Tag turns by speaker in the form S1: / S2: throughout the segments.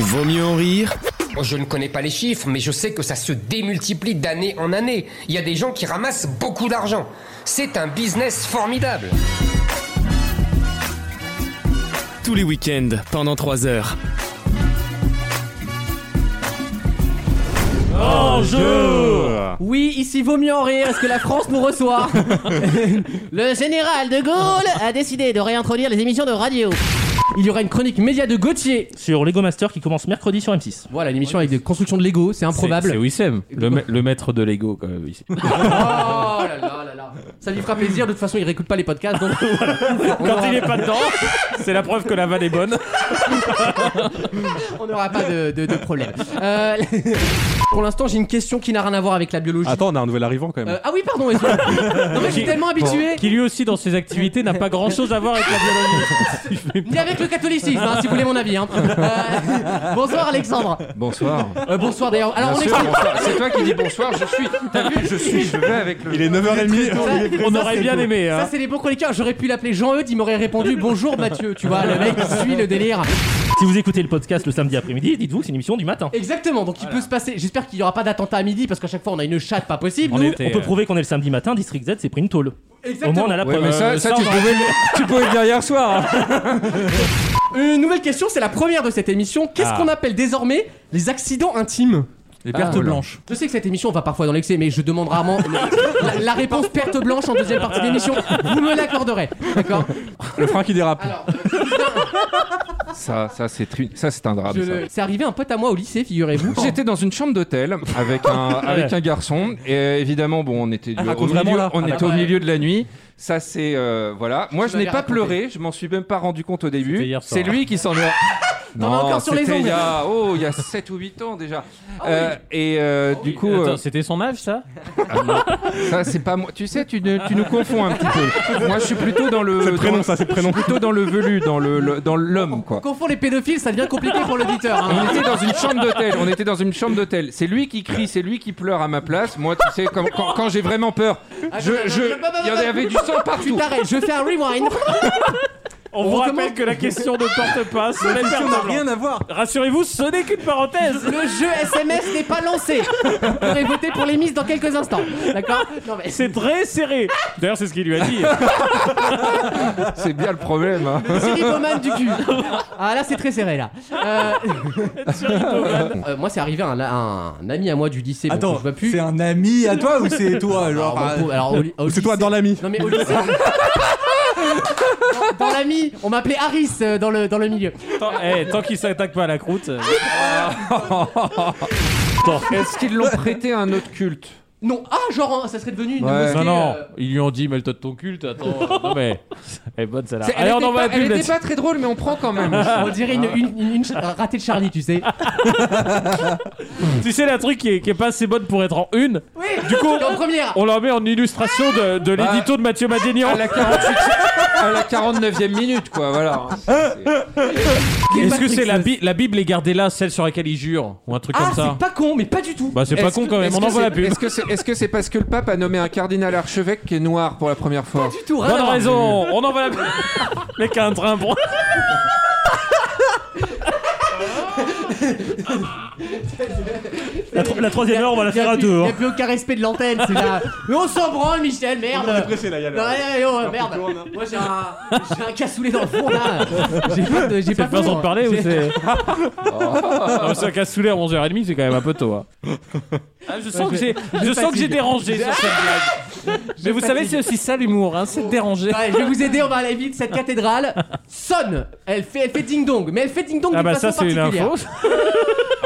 S1: Vaut mieux en rire
S2: Je ne connais pas les chiffres, mais je sais que ça se démultiplie d'année en année. Il y a des gens qui ramassent beaucoup d'argent. C'est un business formidable.
S1: tous les week-ends pendant 3 heures.
S3: Oui, ici vaut mieux en rire, est-ce que la France nous reçoit Le général de Gaulle a décidé de réintroduire les émissions de radio. Il y aura une chronique média de Gauthier.
S4: sur Lego Master qui commence mercredi sur M6.
S3: Voilà, une émission avec des constructions de Lego, c'est improbable.
S5: C'est Wissem, le, ma- le maître de Lego quand même ici.
S3: Oh là là là là. Ça lui fera plaisir, de toute façon il réécoute pas les podcasts, donc voilà. on,
S5: Quand
S3: aura,
S5: il est pas dedans, c'est la preuve que la vanne est bonne.
S3: on aura pas de, de- de problème. Euh, pour l'instant j'ai une question qui n'a rien à voir avec la biologie.
S6: Attends, on a un nouvel arrivant quand même.
S3: Euh, ah oui, pardon, excuse- Non mais je suis tellement habitué.
S5: Qui lui aussi dans ses activités n'a pas grand chose à voir avec la biologie.
S3: Ni avec le catholicisme, hein, si vous voulez mon avis. hein. Euh, bonsoir Alexandre.
S6: Bonsoir.
S3: Euh, bonsoir d'ailleurs. Alors on explique.
S7: C'est toi qui dis bonsoir, je suis. T'as vu, je suis, je vais avec le.
S6: Il est 9h30.
S3: Ça-
S5: On
S3: ça,
S5: aurait
S3: c'est-
S5: bien aimé.
S3: Ça,
S5: Hein.
S3: c'est les bons chroniqueurs. J'aurais pu l'appeler Jean-Eudes, il m'aurait répondu bonjour Mathieu. Tu vois, le mec qui suit le délire.
S4: Si vous écoutez le podcast le samedi après-midi, dites-vous que c'est une émission du matin.
S3: Exactement, donc il peut se passer. J'espère qu'il n'y aura pas d'attentat à midi parce qu'à chaque fois on a une chatte pas possible.
S5: On
S3: nous.
S5: était,
S4: On peut
S5: euh,
S4: prouver qu'on est le samedi matin, District Z c'est pris une tôle. Au moins
S3: Exactement.
S4: on a la
S7: Ouais,
S4: preuve.
S7: mais ça,
S4: Euh,
S7: ça, tu
S4: on a-
S7: pouvais le-
S6: tu pouvais le dire hier soir. hein.
S3: Une nouvelle question, c'est la première de cette émission. Qu'est-ce
S5: Ah.
S3: qu'on appelle désormais les accidents intimes
S6: Les
S3: pertes
S6: blanches.
S3: Je sais que cette émission va parfois dans l'excès, mais je demande rarement le- la, la réponse perte blanche en deuxième partie d'émission. Vous me l'accorderez, d'accord
S6: Le frein qui dérape.
S3: Alors,
S7: Ça, ça, c'est tri- ça, c'est un drame.
S3: je-
S7: Ah, ça.
S3: c'est arrivé un pote à moi au lycée, figurez-vous.
S7: J'étais dans une chambre d'hôtel avec un avec un garçon et euh, évidemment bon on était du- au
S6: raconte
S7: milieu,
S6: vraiment, là.
S7: on
S3: Ah,
S7: était
S3: d'accord.
S7: au milieu de la nuit ça c'est euh, voilà moi
S3: Tu
S7: je n'ai
S3: m'avais
S7: pas
S3: raconté.
S7: pleuré je m'en suis même pas rendu compte au
S5: C'était
S7: début
S5: hier soir.
S7: c'est lui qui s'en est
S3: T'en as encore sur les
S7: c'était il y
S3: ongles. Ah
S7: a oh il y a 7 ou 8 ans déjà Euh, et euh,
S3: Oh,
S7: du coup euh,
S5: Attends, c'était son âge ça
S7: ça c'est pas moi tu sais tu, ne- tu nous confonds un petit peu moi je suis plutôt dans le
S6: C'est le
S7: dans-
S6: prénom, ça, c'est le
S7: je
S6: prénom.
S7: suis plutôt dans le velu dans le, le- dans l'homme quoi
S3: Confond les pédophiles, ça devient compliqué pour l'auditeur. hein.
S7: On était dans une chambre d'hôtel. On était dans une chambre d'hôtel. C'est lui qui crie, c'est lui qui pleure à ma place. Moi, tu sais, comme- quand, quand j'ai vraiment peur, je, je, il y en avait du sang
S3: Tu
S7: partout.
S3: t'arrêtes, je fais un rewind.
S5: On,
S3: On
S5: vous
S3: recommence.
S5: rappelle que la question ne porte pas sur les pertes blanches.
S6: à voir.
S5: Rassurez-vous, ce n'est qu'une parenthèse.
S3: Le jeu SMS n'est pas lancé. Vous pourrez voter pour les mises dans quelques instants. D'accord Non mais
S5: C'est très serré. D'ailleurs, c'est ce qu'il lui a dit.
S7: C'est bien le problème. hein.
S3: Siripoman du cul. Ah là c'est très serré là. Euh, euh, moi c'est arrivé à un, à un ami à moi du lycée. bon, que
S8: Attends,
S3: je vois plus.
S8: c'est un ami à toi ou c'est toi
S3: Alors,
S8: genre,
S3: mon
S8: euh,
S3: pauvre- alors, au- au
S6: C'est toi
S3: lycée-
S6: dans l'ami.
S3: Non mais au lycée. Dans- Dans l'ami, on m'appelait Harris euh, dans le, dans le milieu.
S5: Tant, eh, tant qu'il s'attaque pas à la croûte. euh,
S7: Est-ce qu'ils l'ont prêté à un autre culte
S3: Non, ah genre hein, ça serait devenu une
S7: Ouais.
S3: mosquée,
S5: Non, non,
S3: euh,
S5: ils lui ont dit, mêle-toi de ton culte, attends. euh, non, mais. Elle est bonne celle-là.
S7: C'est-
S5: Allez,
S7: était
S5: Ah, on envoie
S7: pas,
S5: la pub
S7: elle était
S5: là-dessus.
S7: pas très drôle, mais on prend quand même.
S3: On dirait une, une, une- une ch- ratée de Charlie, tu sais.
S5: Tu sais, la truc qui est, qui est pas assez bonne pour être en une,
S3: Oui,
S5: Du coup,
S3: en première.
S5: on leur met en illustration de, de
S7: Bah.
S5: l'édito de Mathieu Madénian.
S7: À la 48 à la 49e minute, quoi, voilà. C'est-
S5: Est-ce que c'est la,
S3: Patrick
S5: Bi- la Bible est gardée là, celle sur laquelle il jure Ou un truc
S3: Ah,
S5: comme ça
S3: c'est pas con, mais pas du tout.
S5: Bah, c'est pas
S7: Est-ce
S5: con
S7: que-
S5: quand même,
S7: est-ce
S5: on
S7: que
S5: envoie la
S7: c'est-
S5: pub.
S7: Est-ce que c'est est-ce que c'est parce que le pape a nommé un cardinal archevêque qui est noir pour la première fois
S3: Du tout, rien à
S5: Bonne
S3: voir.
S5: raison, on envoie la pub. Mec, a un train pour.
S4: La, tro- la troisième heure, on va la
S3: Il y a
S4: faire à
S3: plus-
S4: deux.
S3: Il n'y
S4: hein.
S3: a plus aucun respect de l'antenne, c'est là. Mais on s'en branle, Michel, merde.
S6: pressé là, il y a
S3: Non, allez, allez, oh, merde. Moi j'ai un, j'ai un cassoulet dans le fond là. J'ai pas de, j'ai
S5: C'est
S3: pas
S5: le façon de
S3: fond.
S5: parler ou
S3: J'ai-
S5: c'est. Non, Ah, mais c'est un cassoulet à 11h30, c'est quand même un peu tôt. hein. Ah, je sens que j'ai, je sens que j'ai dérangé sur cette blague. Mais vous savez, c'est aussi ça l'humour, hein, c'est de déranger.
S3: Ouais, je vais vous aider, on va aller vite. Cette cathédrale sonne. Elle fait, elle fait ding dong, mais elle fait ding dong
S5: Ah
S3: d'une
S5: bah
S3: façon
S5: ça c'est une
S3: particulière.
S5: info.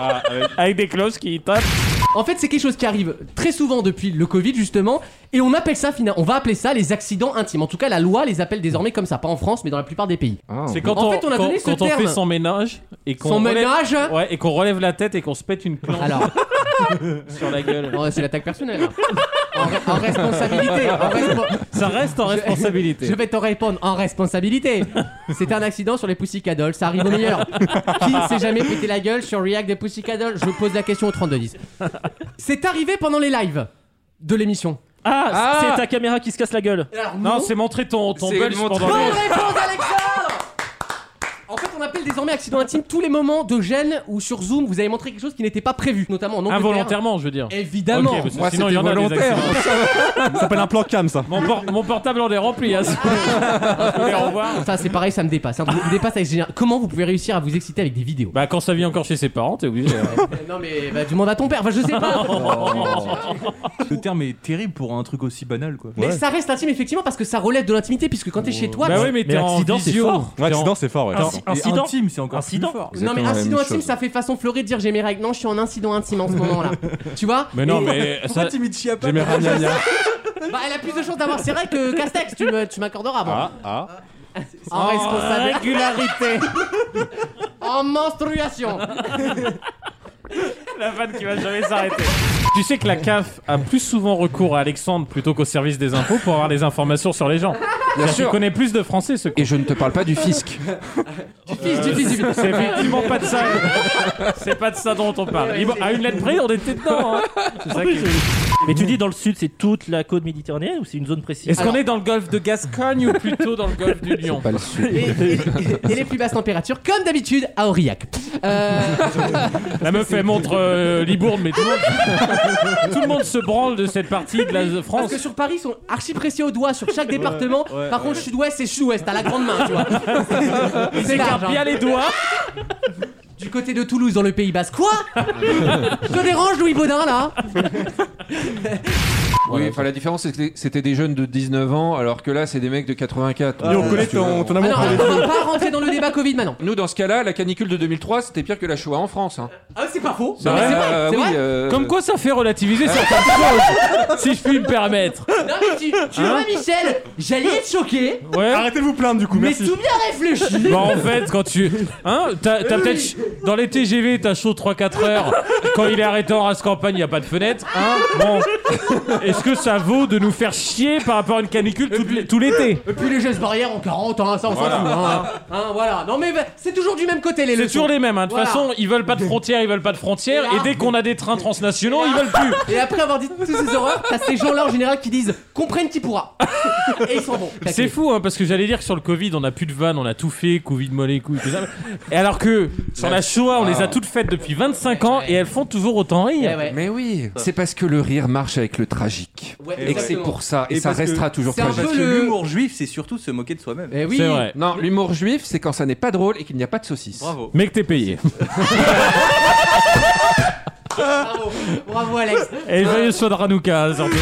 S5: Ah, Avec des cloches qui tapent.
S3: En fait, c'est quelque chose qui arrive très souvent depuis le Covid justement, et on appelle ça finalement, on va appeler ça les accidents intimes. En tout cas, la loi les appelle désormais comme ça, pas en France, mais dans la plupart des pays.
S7: Ah.
S5: C'est quand
S3: En
S5: on,
S3: fait, on a
S5: quand-
S3: donné ce
S5: quand on
S3: terme.
S5: fait son ménage hein. et qu'on
S3: Son
S5: relève-
S3: ménage.
S5: Ouais, et qu'on relève la tête et qu'on se pète une cloche
S3: Alors.
S5: sur la gueule.
S3: Non, c'est l'attaque personnelle. hein. En, re- en responsabilité. en respo-
S5: Ça reste en
S3: Je-
S5: responsabilité.
S3: Je vais te répondre en responsabilité. C'était un accident sur les Pussycadols, ça arrive au meilleur. Qui s'est jamais pété la gueule sur React des Pussycadols Je pose la question au 3210. C'est arrivé pendant les lives de l'émission.
S5: Ah,
S7: Ah.
S5: c'est ta caméra qui se casse la gueule.
S3: Alors,
S5: Non, c'est montrer ton, ton
S7: C'est
S5: belge
S7: montrer-
S5: pendant
S3: Bonne
S5: le-
S3: réponse, Alexandre En fait, qu'on appelle désormais accident intime tous les moments de gêne ou sur Zoom, vous avez montré quelque chose qui n'était pas prévu, notamment en Angleterre.
S5: Involontairement, je veux dire.
S3: Évidemment.
S5: Ok, parce que
S7: Moi,
S5: sinon, il y
S7: c'était
S5: en a des
S7: volontaire.
S5: accidents.
S6: Ça s'appelle un plan cam, ça.
S5: Mon, por- mon portable en est rempli. Hein, si vous voulez en voir.
S3: Ça, c'est pareil, ça me dépasse. hein. Vous- vous dépasse avec génial. Comment vous pouvez réussir à vous exciter avec des vidéos
S5: Bah, quand ça vit encore chez ses parents, t'es obligé. hein.
S3: Non, mais bah, demande à ton père. Enfin, je sais pas.
S8: Le terme est terrible pour un truc aussi banal, quoi.
S3: Mais ça reste intime, effectivement, parce que ça relève de l'intimité, puisque quand t'es chez toi.
S5: bah
S3: tu-
S5: oui, mais t'es en
S4: accident, c'est
S5: visio.
S4: fort.
S5: T'es en-
S6: Accident, c'est fort, ouais.
S5: Inci-
S8: Et
S5: Incident.
S8: intime, c'est encore
S5: Incident.
S8: plus fort.
S3: Non mais
S7: Exactement la
S3: incident
S7: même
S3: intime
S7: chose.
S3: ça fait façon fleurie de dire j'ai mes règles. Non je suis en incident intime en ce moment là. tu vois
S5: Mais non,
S3: Et-
S5: mais ça,
S8: Pourquoi timide Chiappa
S6: J'ai mes ragnagnas.
S3: Bah elle a plus de chances d'avoir ses règles que Castex, tu me- tu m'accorderas bon.
S7: Ah,
S5: Ah.
S3: En responsabilité.
S5: régularité.
S3: En menstruation.
S5: La vanne qui va jamais s'arrêter. Tu sais que la CAF a plus souvent recours à Alexandre plutôt qu'au service des impôts pour avoir des informations sur les gens.
S7: Bien
S5: Tu
S7: sûr.
S5: connais plus de Français, ce
S7: Et je ne te parle pas du fisc.
S3: Du fils, du fils, du fils.
S5: Euh, C'est effectivement pas de ça. C'est pas de ça dont on parle. Il- à une lettre près, on était dedans. hein. C'est ça qui-
S4: Mais tu dis dans le sud, c'est toute la côte méditerranéenne ou c'est une zone précise
S5: Est-ce qu'on est dans le golfe de Gascogne ou plutôt dans le golfe du Lion
S7: Pas le sud.
S3: Et, et- et les plus basses températures, comme d'habitude, à Aurillac. Euh,
S5: La meuf elle montre euh, Libourne, mais tout le, monde... tout le monde se branle de cette partie de la
S3: parce
S5: France.
S3: que sur Paris, ils sont archi précis au doigt sur chaque département. Par contre, sud-ouest, c'est sud-ouest, à la grande main, tu vois.
S5: Ils
S3: C'est large,
S5: écartent
S3: hein.
S5: bien les doigts.
S3: Du côté de Toulouse, dans le Pays Basque. Quoi Je dérange Louis Baudin, là
S5: Ah
S7: Oui, enfin la différence c'est que c'était des jeunes de 19 ans alors que là c'est des mecs de 84.
S6: Et on connaît ton, ton
S3: Ah
S6: amour
S3: non,
S6: pour les
S3: On va pas rentrer dans le débat Covid maintenant.
S7: Nous dans ce cas-là, la canicule de 2003 c'était pire que la Shoah en France. Hein.
S3: Ah, c'est pas faux.
S7: Euh,
S3: Non, mais c'est vrai,
S7: euh,
S3: c'est
S7: oui,
S3: vrai.
S7: euh,
S5: Comme quoi ça fait relativiser certaines choses, si je puis me permettre.
S3: Non, mais tu, tu
S5: Ah.
S3: vois, Michel, j'allais être choqué,
S5: Ouais.
S6: Arrêtez de vous plaindre, du coup,
S3: mais
S6: merci.
S3: tout bien réfléchi.
S5: Bah en fait quand tu hein t'as t'as peut-être ch- dans les TGV t'as chaud 3-4 heures quand il est arrêté en race campagne y a pas de fenêtre hein bon est-ce que ça vaut de nous faire chier par rapport à une canicule toute l'é- tout l'été
S3: Et puis les gestes barrières en 40, hein, ça on s'en fout. Hein, Hein, voilà. Non, mais bah, c'est toujours du même côté, les
S5: c'est
S3: leçons.
S5: toujours les mêmes hein. de toute
S3: Voilà.
S5: façon ils veulent pas de frontières ils veulent pas de frontières
S3: Et là-
S5: et dès qu'on a des trains transnationaux ils veulent plus
S3: Et après avoir dit toutes ces horreurs, t'as ces gens-là en général qui disent comprennent qui pourra. Et ils sont bons.
S5: c'est fou hein, parce que j'allais dire que sur le Covid on a plus de vannes on a tout fait Covid mollet couilles tout ça et alors que sur la Shoah on les a toutes faites depuis 25 ans et elles font toujours autant
S3: Eh
S5: rire
S3: ouais.
S7: Mais oui, c'est parce que le rire marche avec le tragique.
S3: Ouais,
S7: Et que c'est
S3: exactement.
S7: pour ça, et,
S8: Et
S7: ça
S8: parce que
S7: restera toujours
S3: c'est un
S7: tragique.
S8: Parce que
S3: le-
S8: l'humour juif, c'est surtout se moquer de soi-même.
S3: Eh oui.
S5: c'est vrai
S7: Non, l'humour juif, c'est quand ça n'est pas drôle et qu'il n'y a pas de saucisse.
S8: Bravo.
S5: mais que t'es payé
S3: Bravo. Bravo, Alex.
S5: Et joyeux soir de Hanouka, hein, surtout.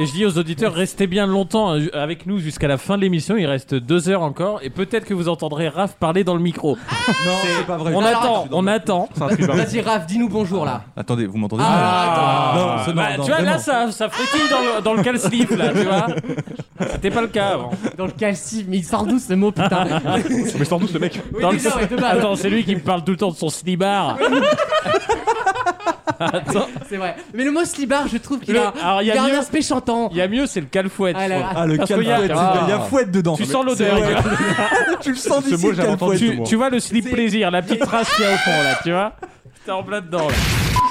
S5: Et je dis aux auditeurs, restez bien longtemps hein, ju- avec nous jusqu'à la fin de l'émission. Il reste deux heures encore. Et peut-être que vous entendrez Raph parler dans le micro.
S8: Non, c'est pas vrai.
S5: On
S3: Alors,
S5: attend, on attend.
S3: Vas-y, Raph, dis-nous bonjour là.
S8: Attendez, vous m'entendez
S3: Ah,
S8: non, non,
S5: Bah,
S8: non,
S5: tu vois, là,
S8: vraiment.
S5: ça, ça frétille dans le, dans le cale-slip, là, tu vois. C'était pas le cas avant.
S3: Dans le calcif, mais il sort d'où ce mot, putain
S6: Mais je t'en doute, le mec.
S3: Oui,
S5: Dans le-
S3: déjà, ouais, de base.
S5: Attends, c'est lui qui me parle tout le temps de son slibard. Attends,
S3: C'est vrai. Mais le mot slibard, je trouve qu'il
S5: Le-
S3: a,
S5: alors, il y a
S3: il a
S5: mieux.
S3: un aspect chantant.
S5: il y a mieux, c'est le calfouette.
S3: Ah,
S5: je
S3: là,
S5: trouve.
S8: Ah, le
S5: Parce qu'il
S8: calfouette,
S5: y a-
S8: il
S5: Ah.
S8: y a fouette dedans.
S5: Tu sens l'odeur.
S8: C'est
S5: tu vois.
S8: Tu le sens d'ici,
S6: mot,
S8: le
S6: j'avais entendu.
S8: calfouette.
S5: Tu,
S6: moi.
S5: tu vois le slip plaisir, la petite trace qu'il y a au fond, là, tu vois. T'es en plein dedans, là.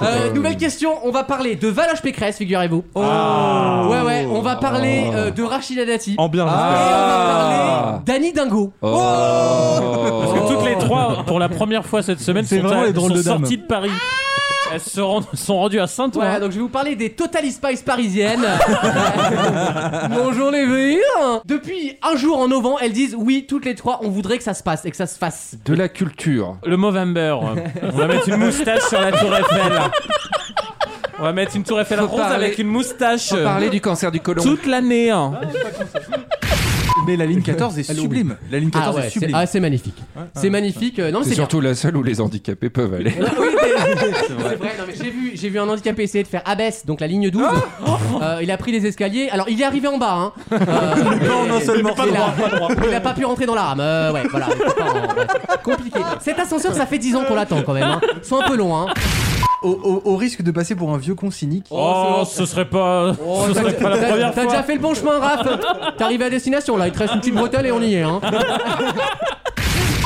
S3: Euh, nouvelle question, on va parler de Valoche Pécresse, figurez-vous.
S5: Ah.
S3: Oh. Ouais, ouais, on va parler euh, de Rachida Dati.
S6: En bien,
S3: Et on
S6: j'espère.
S3: va parler d'Annie Dingo.
S7: Ah. Oh.
S5: Parce que toutes les trois, pour la première fois cette semaine,
S6: C'est
S5: sont,
S6: vraiment
S5: à-
S6: les drôles
S5: sont
S6: de dames.
S5: sorties de Paris. Elles se rend- sont rendues à Saint-Ouen.
S3: Voilà, donc je vais vous parler des Total Spice parisiennes. Euh, Bonjour les villes. Depuis un jour en novembre, elles disent oui, toutes les trois, on voudrait que ça se passe et que ça se fasse.
S7: De la culture.
S5: Le Movember. On va mettre une moustache sur la tour Eiffel. On va mettre une tour Eiffel
S7: Faut
S5: rose
S7: parler-
S5: avec une moustache. euh,
S7: Sans parler du cancer du côlon.
S5: Toute l'année. hein.
S8: Mais la ligne 14 est sublime. La ligne 14
S3: ah ouais,
S8: est
S3: c'est
S8: sublime.
S3: ah, c'est magnifique. c'est magnifique. Euh, non, mais
S7: C'est
S3: c'est bien.
S7: surtout la seule où les handicapés peuvent aller.
S3: C'est vrai, non, mais j'ai vu, j'ai vu un handicapé essayer de faire abaisse, donc la ligne 12.
S5: Ah
S3: Euh, il a pris les escaliers. Alors il est arrivé en bas. Hein. Euh,
S8: en un seul
S3: il
S8: morceau.
S3: a- Il a pas pu rentrer dans la rame. Euh, ouais, voilà. c'est pas- ouais, c'est Compliqué. Cet ascenseur, ça fait 10 ans qu'on l'attend quand même. Hein. C'est un peu long. Hein.
S8: Au, au- au risque de passer pour un vieux con cynique.
S5: Oh, ce serait pas,
S3: Oh,
S5: ce
S3: t'as-
S5: serait pas la
S3: t'as-
S5: première
S3: T'as
S5: fois.
S3: déjà fait le bon chemin, Raph. T'arrives à destination là. Il te reste une petite bretelle et on y est. Hein.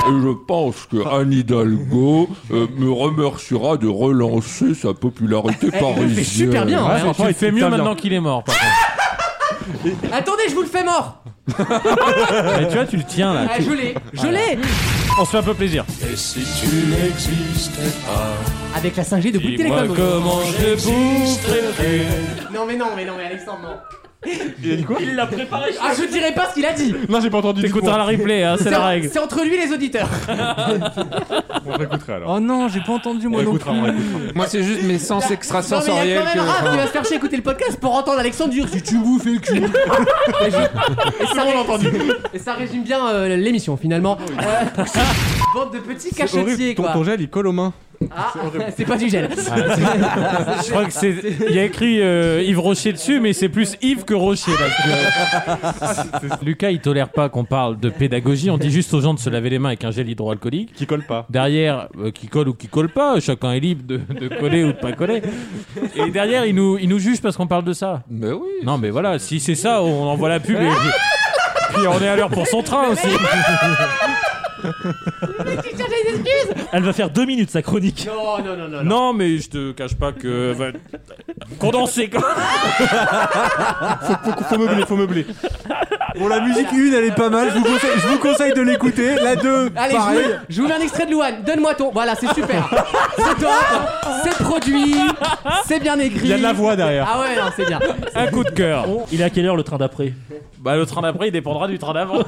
S9: Et je pense que Anne Hidalgo euh, me remerciera de relancer sa
S3: Eh,
S9: popularité
S3: il le fait
S9: parisienne.
S3: super bien. hein.
S5: Tu le fais mieux maintenant qu'il est mort. par contre.
S3: Attendez, je vous le fais mort.
S5: Mais tu vois, tu le tiens là.
S3: Ah, je l'ai. Je l'ai.
S5: On se fait un peu plaisir.
S3: Avec la 5G de Bouygues
S5: Dis-moi
S3: Télécom.
S5: comment je boufferai plus.
S3: Non mais non mais non mais Alexandre non.
S4: Il l'a préparé.
S3: Ah je dirais pas ce qu'il a dit.
S6: Non, j'ai pas entendu. du tout.
S5: T'écouteras la replay, hein, c'est
S3: C'est
S5: la
S3: en-
S5: règle.
S3: C'est entre lui et les auditeurs.
S6: On réécoutera alors.
S8: Oh non, j'ai pas entendu
S6: On
S8: moi non
S6: réécoutera, on
S8: plus.
S6: réécoutera.
S7: Moi, c'est juste mes
S3: Non
S7: sens
S3: mais il y a
S7: extrasensoriels
S3: quand même
S7: que.
S3: Raph qui
S7: enfin,
S3: va se faire chier écouter le podcast pour entendre Alexandre dire si tu bouffes le cul. et, je- et ça, et ça résume bien euh, l'émission finalement. Euh, Bande de petits cachetiers
S6: Horrible, ton,
S3: quoi.
S6: ton gel il colle aux mains.
S3: Ah, c'est pas du gel.
S5: Je crois que c'est. Il y a écrit euh, Yves Rocher dessus, mais c'est plus Yves que Rocher. Là, Lucas, il tolère pas qu'on parle de pédagogie. On dit juste aux gens de se laver les mains avec un gel hydroalcoolique.
S6: Qui colle pas.
S5: Derrière, euh, qui colle ou qui colle pas, chacun est libre de, de coller ou de pas coller. Et derrière, il nous, il nous juge parce qu'on parle de ça.
S9: Mais oui.
S5: Non, mais voilà, si c'est ça, on envoie la pub. Et... Puis on est à l'heure pour son train aussi.
S3: Tu cherches des excuses
S4: Elle va faire deux minutes sa chronique.
S3: Non non non non. non.
S5: Non, mais je te cache pas que. bah, enfin, Condensé, quoi.
S6: Faut meubler, faut meubler.
S8: Bon, la musique 1, elle est pas mal. Je vous conseille, je vous conseille de l'écouter. La 2,
S3: Allez, je
S8: pareil.
S3: vous, je vous mets un extrait de Louane. Donne-moi ton. Voilà, c'est super. C'est top. C'est produit. C'est bien écrit.
S6: Il y a de la voix derrière.
S3: Ah ouais, non, c'est bien.
S5: Un coup de cœur.
S4: Ah, Il est à quelle heure le train d'après
S5: Bah, le train d'après, il dépendra du train d'avant.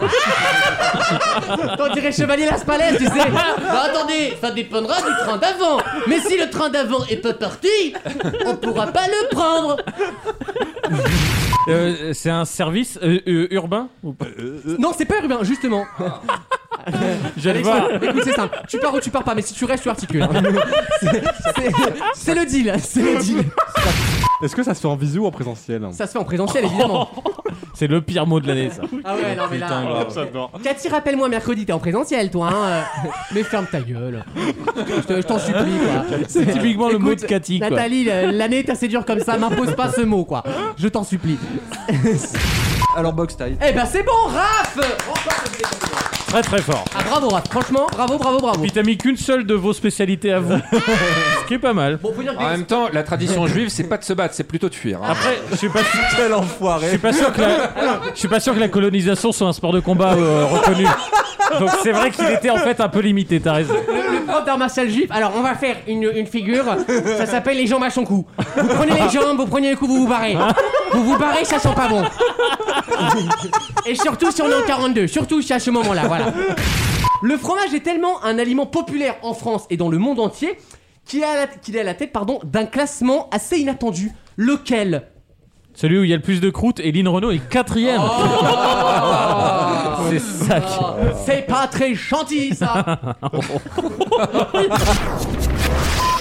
S3: T'en dirais Chevalier Laspalais, tu sais. Bah, attendez, ça dépendra du train d'avant. Mais si le train d'avant est pas parti, on pourra pas le prendre.
S5: Euh, c'est un service euh, euh, urbain
S3: Non, c'est pas urbain, justement.
S5: Bah. J'allais voir.
S3: Alexandre, écoute, c'est simple. Tu pars ou tu pars pas, mais si tu restes, tu articules. hein. C'est- c'est- C'est le deal. C'est le deal.
S6: Est-ce que ça se fait en visio ou en présentiel
S3: Ça se fait en présentiel, évidemment.
S5: C'est le pire mot de l'année, ça.
S3: Ah ouais, non, mais là. Cathy, rappelle-moi, mercredi, t'es en présentiel, toi, hein euh, Mais ferme ta gueule. Je te- je t'en supplie, quoi.
S5: C'est typiquement le mot de
S3: Écoute,
S5: Cathy, quoi.
S3: Nathalie, euh, l'année est assez dure comme ça, m'impose pas ce mot, quoi. Je t'en supplie.
S8: Alors, box taille.
S3: Eh ben, c'est bon, Raph
S5: Très, très fort.
S3: Ah, bravo, Raph. Franchement, bravo, bravo, bravo.
S5: Puis t'as mis qu'une seule de vos spécialités à vous. Ce qui est pas mal.
S3: Bon, faut dire que
S7: En même temps, la tradition juive, c'est pas de se battre, c'est plutôt de fuir. hein.
S5: Après, je suis pas, sûr-
S8: Quel
S5: je
S8: enfoiré.
S5: suis pas sûr que la, je suis pas sûr que la colonisation soit un sport de combat euh, reconnu. Donc c'est vrai qu'il était en fait un peu limité, t'as raison.
S3: le prof d'art martial juif, alors on va faire une, une figure, ça s'appelle les jambes à son cou. Vous prenez les jambes, vous prenez le cou, vous vous barrez. Vous vous barrez, ça sent pas bon. Et surtout si on est en 42, surtout si à ce moment-là, voilà. Le fromage est tellement un aliment populaire en France et dans le monde entier qu'il est à la, qu'il est à la tête pardon, d'un classement assez inattendu. Lequel
S5: Celui où il y a le plus de croûtes et Lynn Renault est quatrième. C'est ça. qui-
S3: Oh, C'est pas très gentil ça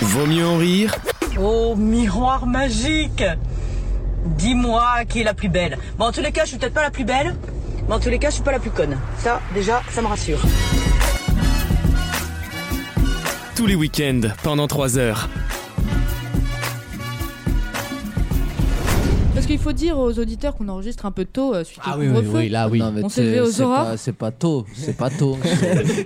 S1: Vaut mieux en rire
S10: Oh, miroir magique Dis-moi qui est la plus belle. Bon, en tous les cas, je suis peut-être pas la plus belle, mais en tous les cas, je suis pas la plus conne. Ça, déjà, ça me rassure.
S1: tous les week-ends pendant 3 heures.
S11: Parce qu'il faut dire aux auditeurs qu'on enregistre un peu tôt euh, suite au couvre-feu.
S3: là Ah oui.
S11: On s'est levé aux aurores.
S10: C'est pas tôt, c'est pas tôt.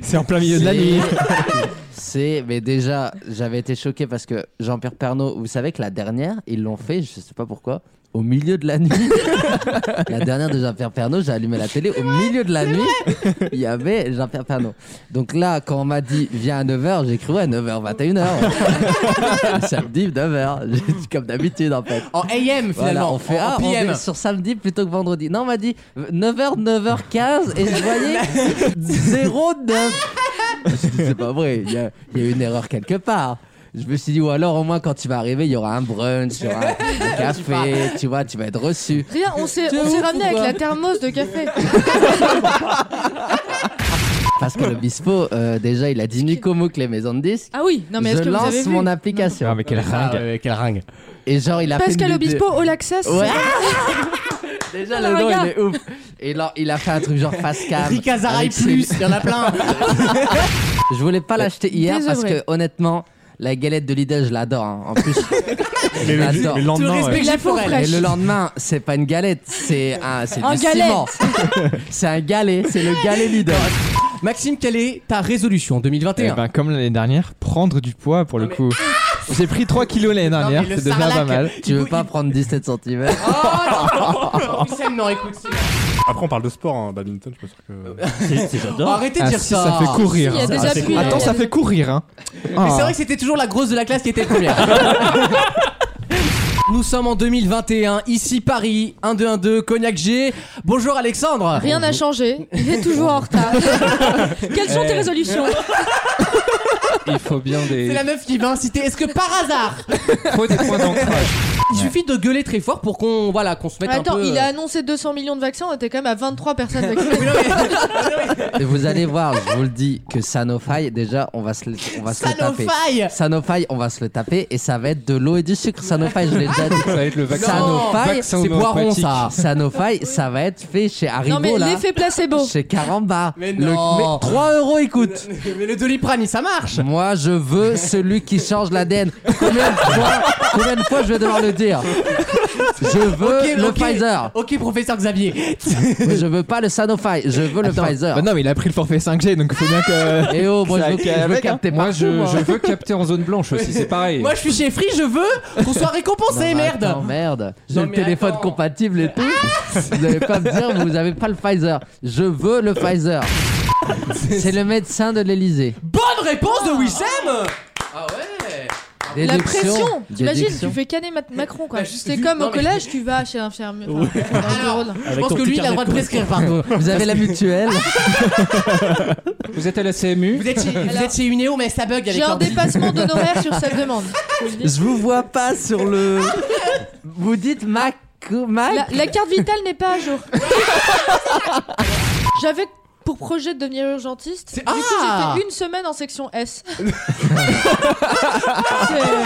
S3: C'est en plein milieu de la nuit.
S10: C'est, mais déjà, j'avais été choqué parce que Jean-Pierre Pernaud, vous savez que la dernière, ils l'ont fait, je sais pas pourquoi, au milieu de la nuit. la dernière de Jean-Pierre Pernaud, j'ai allumé la télé, au milieu de la nuit, il y avait Jean-Pierre Pernaud. Donc là, quand on m'a dit viens à 9h, j'ai cru ouais, 9h, 21h. samedi, 9h, J'ai dit, comme d'habitude en fait.
S3: En AM finalement.
S10: Voilà, on fait
S3: en, en
S10: ah, on
S3: PM.
S10: est sur samedi plutôt que vendredi. Non, on m'a dit 9h, 9h15 et je voyais
S11: Oh,
S10: 09. Je me suis dit, C'est pas vrai, il y, a il y a une erreur quelque part. Je me suis dit, ou alors au moins quand tu vas arriver, il y aura un brunch, il y aura un café, tu vois, tu vas être reçu.
S11: Rien, on s'est
S10: T'es
S11: on s'est
S10: ouf
S11: ramené
S10: ou
S11: avec
S10: quoi
S11: la thermos de café.
S10: Parce que le bispo, euh, déjà, il a dit Nicomo que les maisons de disques.
S11: Ah oui, non mais
S10: je
S11: est-ce que vous avez
S10: lance
S11: vu
S10: mon application.
S3: Ah,
S10: Ah,
S3: mais quelle ringue. quelle ringue.
S10: Et genre, il a fait
S11: Pascal
S10: une vidéo-
S11: Obispo, All Access.
S10: Ouais. Déjà,
S11: Ah,
S10: le nom,
S11: regarde.
S10: il est ouf. Et là, il a fait un truc genre face cam.
S3: Ricazaray
S10: avec ses-
S3: plus, il y en a plein.
S10: Je voulais pas l'acheter hier parce
S11: Désœuvré.
S10: que honnêtement, la galette de Lidl, je l'adore. hein. En plus, je
S6: Mais le,
S10: l'adore.
S6: mais le
S3: Tout le
S5: Ah
S6: lendemain,
S3: respect
S6: ouais.
S3: que j'ai pour elle.
S10: Et le lendemain, c'est pas une galette, c'est un, c'est
S11: Un
S10: du
S11: galette.
S10: ciment. c'est un galet, c'est le galet Lidl.
S3: Maxime, quelle est ta
S8: Eh
S3: résolution 2021
S8: comme l'année dernière, prendre du poids pour le coup. J'ai pris 3 kilos l'année
S3: Ah, Non, mais
S8: dernière,
S3: le
S8: c'est déjà
S3: sarlac.
S8: pas mal.
S10: Tu veux pas prendre 17 cm
S5: Ah,
S3: Oh non Wissem, non, écoute. c'est-
S8: Après, on parle de sport, hein. badminton, je suis pas sûr que.
S12: j'adore.
S5: Arrêtez de dire ça.
S8: Ah, Ça fait
S3: Ah,
S8: courir.
S5: Si, il y a déjà
S8: fait
S5: plus,
S8: courir.
S5: il y a
S8: Attends, ça
S5: déjà
S8: fait courir. Hein.
S5: Mais c'est vrai que c'était toujours la grosse de la classe qui était première. Nous sommes en 2021, ici Paris, 1-2-1-2, Cognac G. Bonjour Alexandre.
S11: Rien n'a changé, il est toujours en retard. Quelles sont tes résolutions
S7: Il faut bien
S5: C'est
S7: des.
S5: la meuf qui va inciter. Est-ce que par hasard,
S7: Faut des points d'ancrage.
S5: il suffit de gueuler très fort pour qu'on voilà, qu'on se mette un
S11: Attends,
S5: peu.
S11: il
S5: euh,
S11: a annoncé 200 millions de vaccins, on était quand même à 23 personnes vaccinées.
S3: Et vous allez voir, je vous le dis, que Sanofi, déjà, on va se le, on va se le taper.
S5: Sanofi
S3: Sanofi, on va se le taper et ça va être de l'eau et du sucre. Sanofi, je l'ai déjà dit.
S7: Ça va être le vaccin.
S5: Non,
S3: Sanofi,
S7: vaccin
S5: c'est Boiron
S7: homéopathique.
S5: ça.
S3: Sanofi, ça va être fait chez Haribo
S11: Non mais
S3: là.
S11: l'effet placebo.
S3: Chez Caramba.
S5: Mais
S3: Le-
S5: non.
S3: 3 euros, écoute.
S5: Mais le Doliprane, ça marche.
S3: Moi, je veux celui qui change l'ADN. Combien de fois, combien de fois je vais devoir le dire Je veux
S5: Ok,
S3: le
S5: ok.
S3: Pfizer.
S5: Ok, professeur Xavier.
S3: Mais je veux pas le Sanofi, je veux le Pfizer.
S13: non, mais il a pris le forfait 5G, donc il faut bien que.
S5: Eh
S3: Et oh, moi, je
S13: Ça
S3: veux,
S13: qui
S3: je veux
S13: avec, hein.
S3: capter
S7: Moi,
S3: partout,
S7: je,
S3: moi.
S7: je veux capter en zone blanche aussi, c'est pareil.
S5: Moi, je suis chez Free, je veux qu'on soit récompensé,
S3: Non, mais
S5: Eh, merde.
S3: attends, merde. J'ai
S5: Non,
S3: le
S5: mais
S3: téléphone
S5: attends.
S3: compatible et tout. vous n'allez pas me dire, vous avez pas le Pfizer. Je veux le Pfizer. C'est le médecin de l'Elysée.
S5: Bonne réponse de Wissem. Ah ouais.
S11: La pression, t'imagines, tu
S3: Déduction.
S11: fais canner Ma- Macron
S3: bah,
S11: quoi.
S5: T'as juste
S11: C'est
S5: vu-
S11: comme
S5: non,
S11: au
S5: mais-
S11: collège, tu vas chez l'infirmier. Enfin, c'est drôle.
S5: Je pense que lui, il a le droit de prescrire, pardon. Ah,
S3: Vous avez la mutuelle.
S7: Vous êtes à la CMU
S5: Vous êtes chez, vous êtes chez Unéo, mais ça bug avec
S11: J'ai un
S5: l'ordi.
S11: dépassement d'honoraires sur sa demande. Faut le dire.
S3: Je vous vois pas sur le. Vous dites Mac. Mac
S11: La, la carte vitale n'est pas à jour. J'avais pour projet de devenir urgentiste. Du
S5: C'est-
S11: coup,
S5: Ah
S11: j'ai fait une semaine en section S.
S3: Ah
S11: C'est-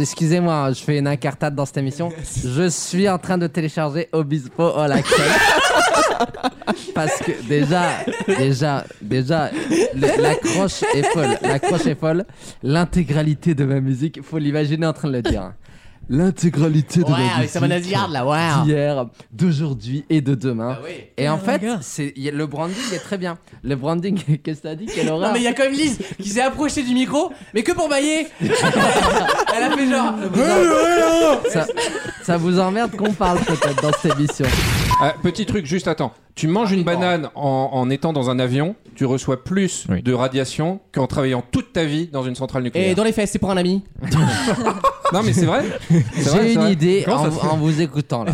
S3: Excusez-moi, hein, je fais une incartade dans cette émission. Je suis en train de télécharger Obispo All Access. Parce que déjà, déjà, déjà, le- l'accroche est folle. L'accroche est folle. L'intégralité de ma musique, faut l'imaginer en train de le dire. hein. L'intégralité de
S5: Ouais,
S3: ma
S5: avec
S3: musique.
S5: sa monasiarde là, ouais.
S3: d'hier, d'aujourd'hui et de demain.
S5: Ah oui.
S3: Et en fait, c'est y a- le branding est très bien. Le branding, qu'est-ce que t'as dit Quelle
S5: Non
S3: horreur
S5: mais il y a quand même Lise qui s'est approchée du micro, mais que pour bailler. Elle a fait genre.
S3: ça, ça vous emmerde qu'on parle peut-être dans cette émission.
S7: Ah, petit truc, juste attends. Tu manges une banane en, en étant dans un avion, tu reçois plus
S13: Oui.
S7: de radiation qu'en travaillant toute ta vie dans une centrale nucléaire.
S5: Et dans les fesses, c'est pour un ami.
S7: Non, mais c'est vrai. C'est vrai,
S3: J'ai
S7: c'est
S3: une
S7: vrai.
S3: idée en, en vous écoutant là.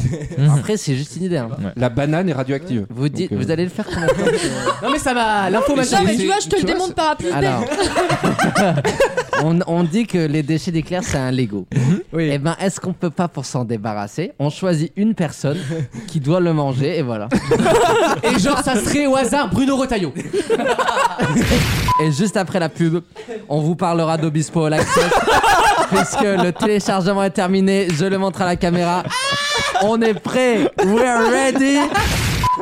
S3: Après, c'est juste une idée. hein.
S7: La banane est radioactive.
S3: Vous dites, vous allez le faire combien de temps que-
S5: euh, Non mais ça va,
S3: bah,
S5: l'info m'a
S11: Non, mais tu vois, je
S7: Tu
S11: te le
S7: vois,
S11: démonte par parapluie.
S3: Alors, on, on dit que les déchets d'éclair c'est un Lego.
S13: Oui.
S3: Et ben, est-ce qu'on peut pas pour s'en débarrasser On choisit une personne qui doit le manger et voilà.
S5: Et genre ça serait au hasard Bruno Retailleau.
S3: Et juste après la pub, on vous parlera d'Obispo All Access. puisque le téléchargement est terminé, je le montre à la caméra. On est prêt, we're ready.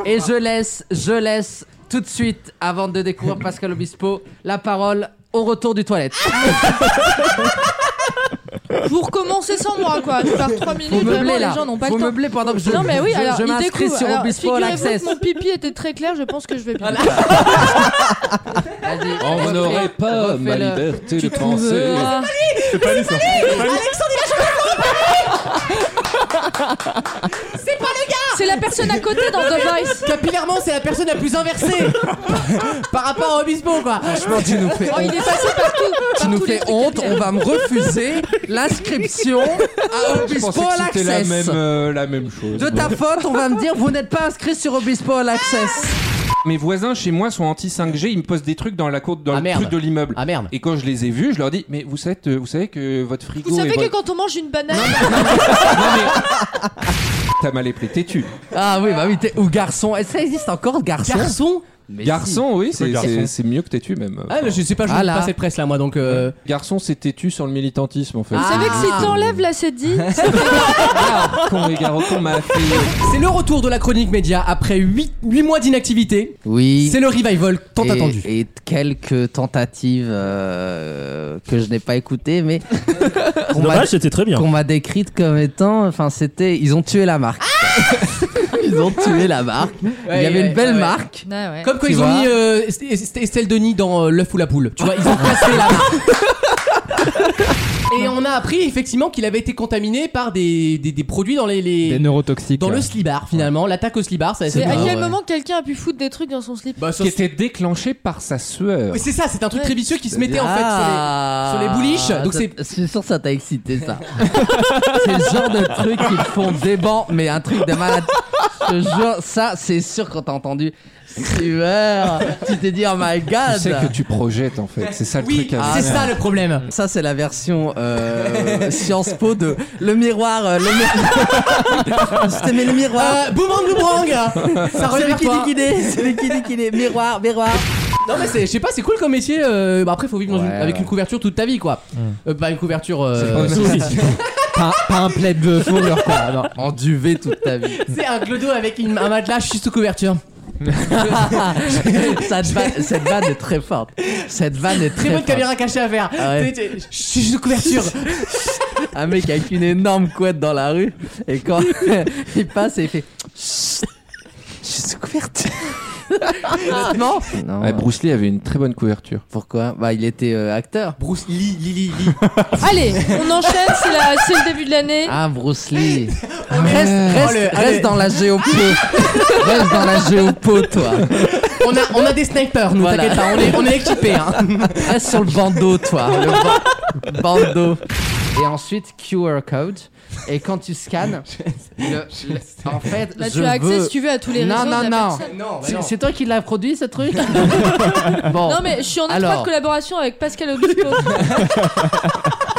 S3: Et je laisse, je laisse tout de suite, avant de découvrir Pascal Obispo, la parole au retour du toilette.
S11: Ah, Pour commencer sans moi, quoi. Tu pars 3 minutes,
S3: Faut
S11: vraiment,
S3: meubler là.
S11: les gens n'ont pas
S3: Faut
S11: le temps.
S3: meubler pendant que je.
S11: Non mais oui,
S3: je-
S11: alors
S3: je
S11: il
S3: m'inscris
S11: découvre.
S3: sur
S11: Alors,
S3: Obispo All
S11: figurez-vous que
S3: Access.
S11: mon pipi était très clair, je pense que je vais bien.
S3: Vas-y,
S7: On
S3: refais-
S7: n'aurait pas ma
S3: refais-le.
S7: liberté de penser.
S11: Ah.
S8: C'est pas lui, ça.
S11: C'est la personne à côté dans Device.
S5: Capillairement, c'est la personne la plus inversée par rapport à Obispo quoi.
S3: Franchement, tu nous fais
S11: Oh, il est passé partout.
S3: Tu nous
S11: Partout, les
S3: fais
S11: trucs
S3: honte, on
S11: capillaires.
S3: va me refuser l'inscription à
S7: Je
S3: Obispo
S7: pensais que
S3: All
S7: c'était la même,
S3: Access.
S7: euh, la même chose.
S3: De ta faute, on va me dire vous n'êtes pas inscrit sur Obispo All Access.
S7: Mes voisins chez moi sont anti 5G, ils me posent des trucs dans la cour, dans
S5: Ah,
S7: le
S5: merde.
S7: truc de l'immeuble.
S5: Ah merde.
S7: Et quand je les ai vus, je leur dis mais vous savez, euh, vous savez que votre frigo
S11: Vous
S7: est
S11: savez que
S7: votre-
S11: quand on mange une banane,
S7: T'as mal éplé, têtu.
S3: Ah oui, bah oui, t'es ou garçon. Et ça existe encore garçon
S5: Garçon
S3: Mais
S7: Garçon, oui, c'est
S8: garçon.
S7: c'est- c'est mieux que têtu même.
S5: Ah mais je sais pas, je
S3: Ah
S5: ne
S3: là.
S5: pas cette presse là moi donc. euh,
S7: Garçon, c'est têtu sur le militantisme en fait.
S11: vous savez que si t'enlèves la cédille, ça fait
S7: Ah, con, les gars, con, ma fille.
S5: C'est le retour de la chronique média après 8, mois d'inactivité.
S3: si. Oui.
S5: C'est le revival tant
S3: et,
S5: attendu.
S3: Et quelques tentatives euh, que je n'ai pas écoutées, mais qu'on m'a-
S12: Dommage, c'était très bien.
S3: qu'on m'a décrites comme étant. Enfin, c'était. Ils ont tué la marque. Ils ont tué la marque. Il y
S5: Ouais,
S3: avait
S5: ouais,
S3: une belle
S5: ouais.
S3: marque.
S11: Ah ouais.
S5: Comme quand
S3: Tu
S5: ils
S3: vois
S5: ont mis euh, Est- Est- Estelle Denis dans euh, L'œuf ou la poule. Tu vois, ils ont cassé la marque. Et on a
S3: a appris effectivement qu'il avait été contaminé par des, des, des produits dans les, les-
S14: Des neurotoxiques.
S3: dans le slibar finalement, l'attaque au slibar. Ça a
S11: Mais
S3: été-
S11: à quel
S3: Ouais.
S11: moment quelqu'un a pu foutre des trucs dans son slip
S3: Bah.
S7: qui était déclenché par sa sueur.
S3: Oui, c'est ça, c'est Ah, un truc
S11: Ouais.
S3: très vicieux qui se mettait en fait sur les, sur les bouliches. Donc
S5: Ah. ça-
S3: c'est
S5: c'est sûr ça t'a excité ça. c'est le genre de truc qui te font des bancs, mais un truc de malade. Je te jure, ça c'est sûr quand t'as entendu Sueur, tu t'es dit oh my god.
S7: Tu sais que tu projettes en fait, c'est ça le truc. à
S5: c'est
S7: faire.
S5: ça le
S3: problème.
S5: Ça c'est la version euh, Sciences Po de le miroir. euh, le mi- Je t'aimais le miroir.
S3: Euh, boomerang, boomerang. Ça revient
S5: C'est le
S3: vers toi.
S5: kidikidé, c'est le kidikidé. Miroir, miroir.
S3: Non mais c'est- je sais pas, c'est cool comme métier. euh, bah après faut vivre dans une-
S5: Ouais,
S3: avec
S5: ouais.
S3: une couverture toute ta vie quoi.
S14: Mm.
S3: Euh, pas une couverture. euh,
S14: pas, pas un plaid de fourrure quoi. non.
S5: En duvet toute ta vie.
S3: c'est un clodo avec une- un matelas, je suis sous couverture.
S5: Cette vanne- cette vanne est très forte. Cette vanne est très,
S3: Très bonne
S5: forte.
S3: caméra cachée à faire.
S5: Ah ouais.
S3: T'es- t'es- Je suis sous couverture.
S5: Un mec avec une énorme couette dans la rue et quand il passe et il fait Chut, je suis sous couverture. Honnêtement, non.
S7: Ouais, Bruce Lee avait une très bonne couverture.
S5: Pourquoi Bah il était euh, acteur.
S3: Bruce Lee, Lee, Lee,
S11: Allez, on enchaîne, c'est la- c'est le début de l'année.
S5: Ah Bruce Lee. Reste, reste-
S3: Oh, le-
S5: reste
S3: allez.
S5: dans la géopo. reste dans la géopo toi.
S3: On a, on a des snipers, nous
S5: Voilà.
S3: t'inquiète pas, on est, on est équipés. Hein.
S5: Reste sur le bandeau toi. Le ban- bandeau. Et ensuite QR code. Et quand tu scannes, le- le- en fait,
S11: Bah,
S5: je
S11: tu as accès
S5: veux-
S11: si tu veux à tous les
S5: Non,
S11: réseaux. de
S5: non,
S11: la
S5: non.
S11: personne.
S5: C'est- C'est toi qui l'as produit ce truc Bon.
S11: Non, mais je suis en étroite
S5: Alors.
S11: collaboration avec Pascal Obispo.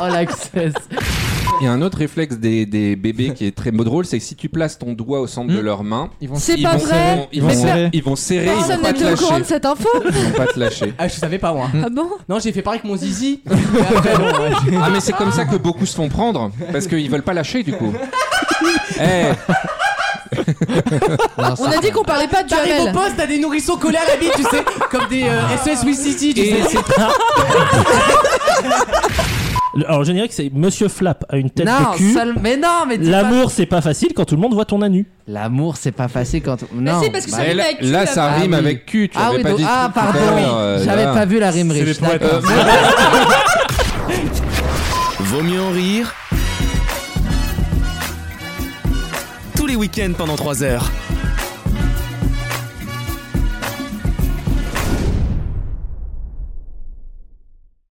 S5: Oh l'access.
S7: Il y a un autre réflexe des, des bébés qui est très drôle, c'est que si tu places ton doigt au centre de leurs mains, ils vont
S11: C'est pas vrai.
S7: Ils vont
S11: Mais
S7: serrer, ils vont, serrer, ils vont
S11: Personne
S7: pas te
S11: n'était au courant de
S7: lâcher.
S11: cette info.
S7: Ils vont pas te lâcher.
S3: Ah, je savais pas moi.
S11: Ah bon
S3: Non, j'ai fait pareil avec mon zizi. Et après, bon, ouais, j'ai-
S7: Ah mais c'est comme ça que beaucoup se font prendre parce qu'ils veulent pas lâcher du coup. Eh,
S11: On a dit qu'on parlait pas du
S3: T'arrives au
S11: RL.
S3: poste, t'as des nourrissons collés à la bite, tu sais, comme des euh, SOS Wii City, tu
S7: Et
S3: sais.
S15: Le- Alors, le générique, c'est Monsieur Flap a une tête
S5: non,
S15: de cul.
S5: seul- mais non, mais dis pas-
S15: L'amour, c'est pas facile quand tout le monde voit ton anu.
S5: L'amour, c'est pas facile quand. Non.
S11: si, parce que ça
S5: bah,
S11: rime
S7: là,
S11: avec cul,
S7: là,
S11: là.
S7: ça
S5: Ah
S7: rime
S5: oui.
S7: avec cul, tu
S5: Ah
S7: l'avais
S5: oui,
S7: pas
S5: donc-
S7: dit.
S5: ah
S7: tout à l'heure,
S5: pardon,
S7: euh,
S5: j'avais
S7: là.
S5: pas vu la rime riche. d'accord.
S1: Vaut mieux en rire. Tous les week-ends pendant 3 heures.